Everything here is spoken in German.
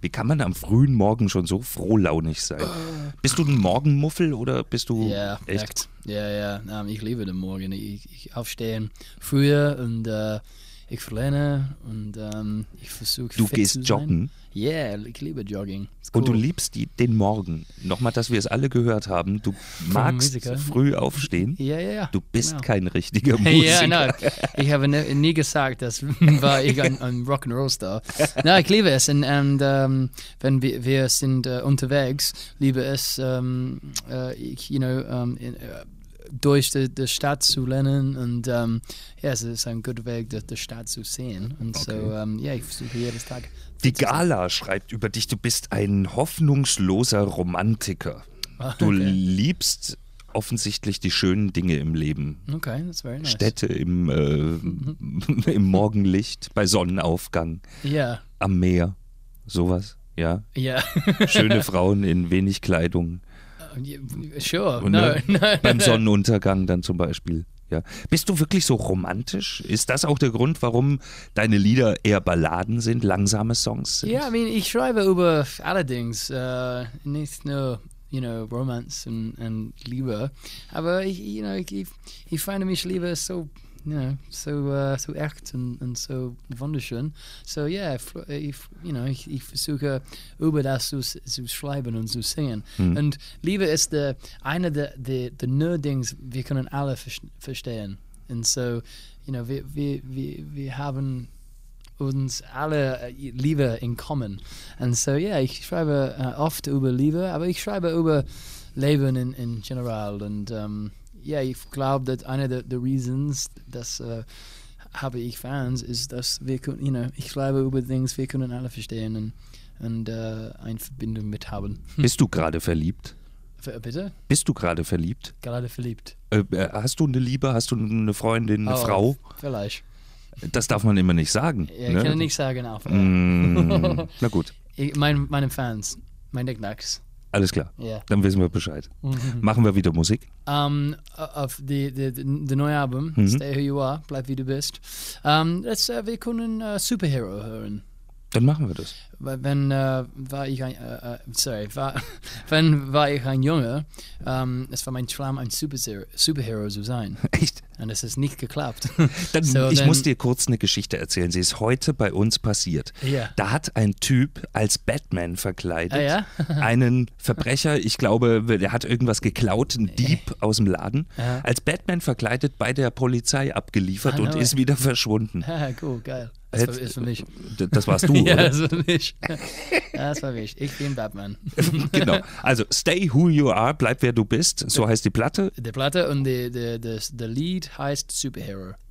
Wie kann man am frühen Morgen schon so frohlaunig sein? Bist du ein Morgenmuffel oder bist du Ja, echt? echt? Ja, ja. Ähm, ich liebe den Morgen. Ich, ich aufstehen früher und äh, ich verlerne und ähm, ich versuche. Du fit gehst zu sein. joggen? Ja, yeah, ich liebe Jogging. Ist Und du cool. liebst die, den Morgen. Nochmal, dass wir es alle gehört haben. Du magst Musiker. früh aufstehen. Ja, ja, ja. Du bist Genau. kein richtiger Musiker. Ja, nein. Ich habe ne, nie gesagt, dass war ich ein, ein Rock'n'Roll-Star. Nein, ich liebe es. Und, und ähm, wenn wir, wir sind äh, unterwegs, liebe es, ähm, äh, ich, you know, ähm, in, äh, durch die, die Stadt zu lernen. Und ähm, ja, es ist ein guter Weg, die, die Stadt zu sehen. Und so, ähm, ja, ich versuche jedes Tag. Die Gala schreibt über dich, du bist ein hoffnungsloser Romantiker. Ah, Du liebst offensichtlich die schönen Dinge im Leben. Okay, that's very nice. Städte im, äh, im Morgenlicht, bei Sonnenaufgang, Ja, am Meer, sowas, ja. ja. Schöne Frauen in wenig Kleidung. Sure. Und, No, ne, no. Beim Sonnenuntergang dann zum Beispiel. Ja. Bist du wirklich so romantisch? Ist das auch der Grund, warum deine Lieder eher Balladen sind, langsame Songs sind? Ja, I mean, ich schreibe über allerdings äh, nicht nur, you know, Romance und, und Liebe, aber ich, you know, ich, ich, ich finde mich Liebe so, you know, so, äh, so echt und, und so wunderschön. So, ja, yeah, fl- ich, you know, ich, ich versuche über das zu, s- zu schreiben und zu singen. Mhm. Hm. Und Liebe ist der, eine der, der, der nur Dings, wir können alle vers verstehen. Und so, you know, wir, wir, wir, wir haben uns alle äh, Liebe in common. Und so, ja, ich schreibe äh, oft über Liebe, aber ich schreibe über Leben in, in general. Und ähm, ja, ich glaube, dass einer der, der Reasons, dass äh, habe ich Fans, ist, dass wir können, you know, ich schreibe über Dinge, wir können alle verstehen und, und äh, eine Verbindung mit haben. Bist du gerade verliebt? Ver- Bitte? Bist du gerade verliebt? Gerade verliebt. Äh, äh, hast du eine Liebe? Hast du eine Freundin, eine Oh, Frau? Vielleicht. Das darf man immer nicht sagen. Ja, ich kann nicht sagen, auch. Ne? Mm, na gut, Ich, mein, meine Fans, meine Knickknacks. alles klar. Ja. Dann wissen wir Bescheid. Mhm. Machen wir wieder Musik. Um, auf die, die, die neue Album, Mhm. Stay Who You Are, Bleib Wie Du Bist. Um, das, äh, wir können äh, Superhero hören. Dann machen wir das. Weil Wenn äh, war ich ein, äh, äh, sorry, war, wenn war ich ein Junge, ähm, es war mein Traum, ein Superhero, Superhero zu sein. Echt? Und es ist nicht geklappt. Dann, So, ich dann- muss dir kurz eine Geschichte erzählen. Sie ist heute bei uns passiert. Ja. Da hat ein Typ als Batman verkleidet Ah, ja? einen Verbrecher, ich glaube, der hat irgendwas geklaut, einen Dieb aus dem Laden, Ja. als Batman verkleidet bei der Polizei abgeliefert Ah, und no ist wieder verschwunden. Haha, cool, geil. Das war, Hätt- ist für mich. D- Das warst du, Ja, oder? das war für mich. Ja, das war ich. Ich bin Batman. genau. Also Stay Who You Are, bleib wer du bist, so heißt die Platte. Die Platte und der die, das- der Lied heißt Superhero.